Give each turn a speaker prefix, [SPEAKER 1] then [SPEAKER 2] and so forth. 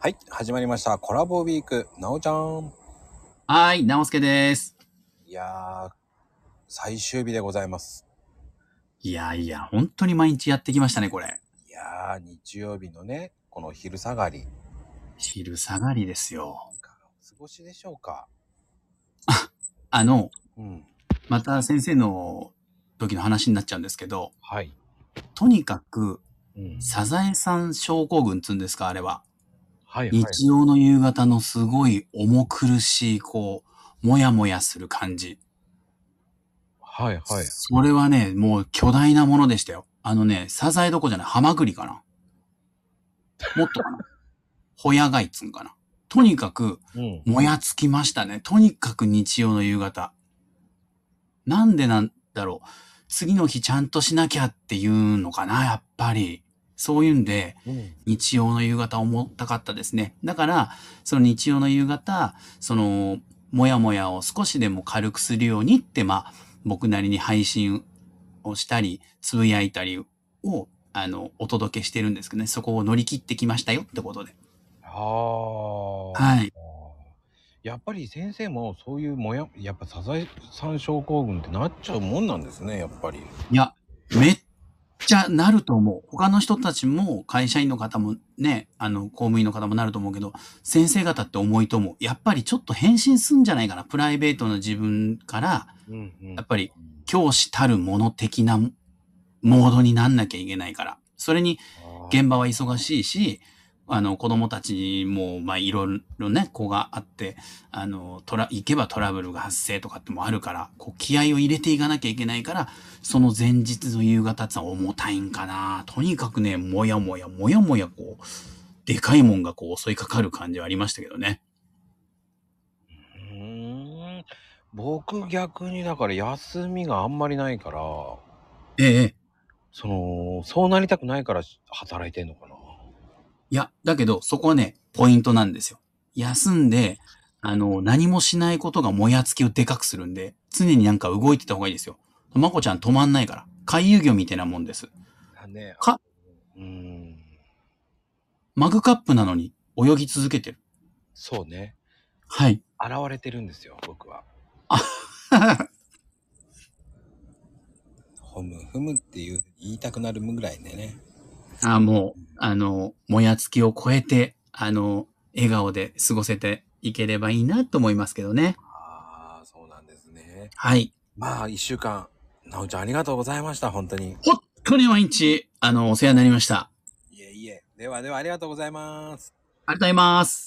[SPEAKER 1] はい、始まりました。コラボウィーク、なおちゃん。
[SPEAKER 2] はーい、直輔です。
[SPEAKER 1] いやー、最終日でございます。
[SPEAKER 2] いやいや、本当に毎日やってきましたね、これ。
[SPEAKER 1] いやー、日曜日のね、この昼下がり、い
[SPEAKER 2] 昼下がりですよ。
[SPEAKER 1] かがお過ごしでしょうか。
[SPEAKER 2] あの、
[SPEAKER 1] うん。
[SPEAKER 2] また先生の時の話になっちゃうんですけど、
[SPEAKER 1] はい。
[SPEAKER 2] とにかく、
[SPEAKER 1] うん。
[SPEAKER 2] サザエさん症候群っつうんですか、あれは。
[SPEAKER 1] はい、はい。
[SPEAKER 2] 日曜の夕方のすごい重苦しい、こう、もやもやする感じ。
[SPEAKER 1] はい、はい。
[SPEAKER 2] それはね、もう巨大なものでしたよ。あのね、サザエどこじゃない、ハマグリかな。もっとかな。ホヤガイっつうんかな。とにかく、
[SPEAKER 1] うん。
[SPEAKER 2] もやつきましたね。とにかく日曜の夕方。なんでなんだろう。次の日ちゃんとしなきゃっていうのかな、やっぱり。そういうんで、
[SPEAKER 1] うん。
[SPEAKER 2] 日曜の夕方重たかったですね。だから、その日曜の夕方、その、もやもやを少しでも軽くするようにって、まあ、僕なりに配信をしたり、つぶやいたりを、あの、お届けしてるんですけどね、そこを乗り切ってきましたよってことで。
[SPEAKER 1] はー。
[SPEAKER 2] はい。
[SPEAKER 1] やっぱり先生もそういうもや、やっぱサザエさん症候群ってなっちゃうもんなんですね、やっぱり。
[SPEAKER 2] いや、めっちゃなると思う。他の人たちも、会社員の方もね、あの、公務員の方もなると思うけど、先生方って重いと思う。やっぱりちょっと変身すんじゃないかな。プライベートの自分から、
[SPEAKER 1] うん、うん
[SPEAKER 2] やっぱり教師たるもの的なモードになんなきゃいけないから。それに、現場は忙しいし、あの、子供たちにも、まあ、いろいろね、子があって、あの、トラ、行けばトラブルが発生とかってもあるから、こう、気合を入れていかなきゃいけないから、その前日の夕方ってのは重たいんかな。とにかくね、もやもや、もやもや、こう、でかいもんがこう襲いかかる感じはありましたけどね。
[SPEAKER 1] うーん僕逆にだから休みがあんまりないから
[SPEAKER 2] ええ。
[SPEAKER 1] そのそうなりたくないから働いてんのかない
[SPEAKER 2] や、だけど、そこはね、ポイントなんですよ。休んで、あの、何もしないことがもやつきをでかくするんで、常になんか動いてた方がいいですよ。まこちゃん止まんないから。回遊魚みたいなもんです。
[SPEAKER 1] だね
[SPEAKER 2] か
[SPEAKER 1] うーん
[SPEAKER 2] マグカップなのに泳ぎ続けてる。
[SPEAKER 1] そうね
[SPEAKER 2] はい。
[SPEAKER 1] 現れてるんですよ僕は
[SPEAKER 2] あ
[SPEAKER 1] ほむふむっていう言いたくなるぐらいでね
[SPEAKER 2] あもう、あの、もやつきを超えて、あの、笑顔で過ごせていければいいなと思いますけどね。
[SPEAKER 1] ああそうなんですね
[SPEAKER 2] はい。
[SPEAKER 1] まあ一週間なおちゃんありがとうございました本当に
[SPEAKER 2] 本当に毎日、あの、お世話になりました。
[SPEAKER 1] いえいえではではありがとうございます
[SPEAKER 2] ありがとうございます。